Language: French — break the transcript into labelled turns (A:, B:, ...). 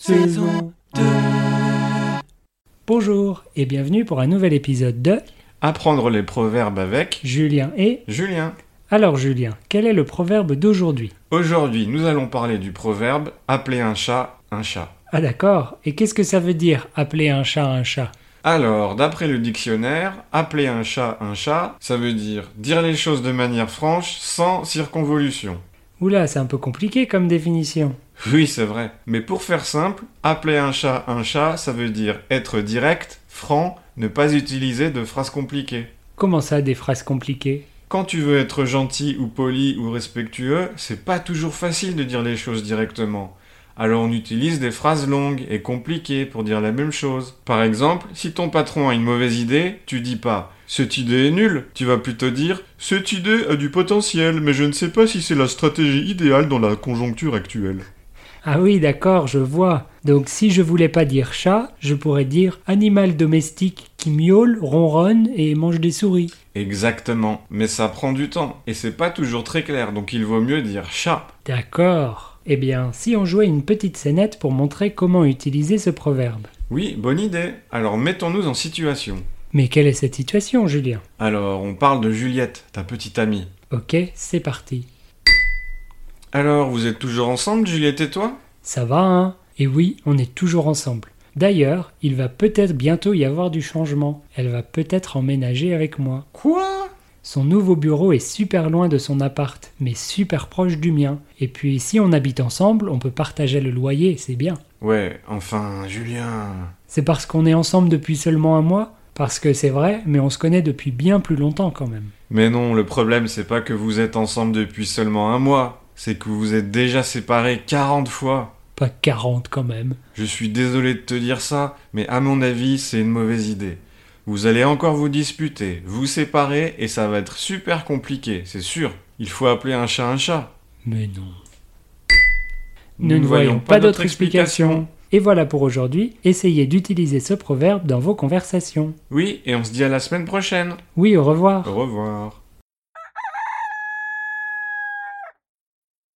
A: saison 2.
B: Bonjour et bienvenue pour un nouvel épisode de
A: Apprendre les proverbes avec
B: Julien et...
A: Julien.
B: Alors Julien, quel est le proverbe d'aujourd'hui
A: Aujourd'hui, nous allons parler du proverbe appeler un chat un chat.
B: Ah d'accord, et qu'est-ce que ça veut dire appeler un chat un chat
A: Alors, d'après le dictionnaire, appeler un chat un chat, ça veut dire dire les choses de manière franche sans circonvolution.
B: Oula, c'est un peu compliqué comme définition.
A: Oui, c'est vrai. Mais pour faire simple, appeler un chat un chat, ça veut dire être direct, franc, ne pas utiliser de phrases compliquées.
B: Comment ça, des phrases compliquées
A: Quand tu veux être gentil ou poli ou respectueux, c'est pas toujours facile de dire les choses directement. Alors on utilise des phrases longues et compliquées pour dire la même chose. Par exemple, si ton patron a une mauvaise idée, tu dis pas cette idée est nulle, tu vas plutôt dire cette idée a du potentiel, mais je ne sais pas si c'est la stratégie idéale dans la conjoncture actuelle.
B: Ah oui, d'accord, je vois. Donc si je voulais pas dire chat, je pourrais dire animal domestique qui miaule, ronronne et mange des souris.
A: Exactement, mais ça prend du temps et c'est pas toujours très clair, donc il vaut mieux dire chat.
B: D'accord. Eh bien, si on jouait une petite scénette pour montrer comment utiliser ce proverbe.
A: Oui, bonne idée. Alors mettons-nous en situation.
B: Mais quelle est cette situation, Julien
A: Alors on parle de Juliette, ta petite amie.
B: Ok, c'est parti.
A: Alors vous êtes toujours ensemble, Juliette et toi
B: Ça va, hein Et oui, on est toujours ensemble. D'ailleurs, il va peut-être bientôt y avoir du changement. Elle va peut-être emménager avec moi.
A: Quoi
B: Son nouveau bureau est super loin de son appart, mais super proche du mien. Et puis, si on habite ensemble, on peut partager le loyer, c'est bien.
A: Ouais, enfin, Julien.
B: C'est parce qu'on est ensemble depuis seulement un mois Parce que c'est vrai, mais on se connaît depuis bien plus longtemps quand même.
A: Mais non, le problème c'est pas que vous êtes ensemble depuis seulement un mois, c'est que vous vous êtes déjà séparés 40 fois.
B: Pas 40 quand même.
A: Je suis désolé de te dire ça, mais à mon avis, c'est une mauvaise idée. Vous allez encore vous disputer, vous séparer, et ça va être super compliqué, c'est sûr. Il faut appeler un chat un chat.
B: Mais non. Nous ne voyons pas d'autre explication. Et voilà pour aujourd'hui, essayez d'utiliser ce proverbe dans vos conversations.
A: Oui, et on se dit à la semaine prochaine.
B: Oui, au revoir.
A: Au revoir.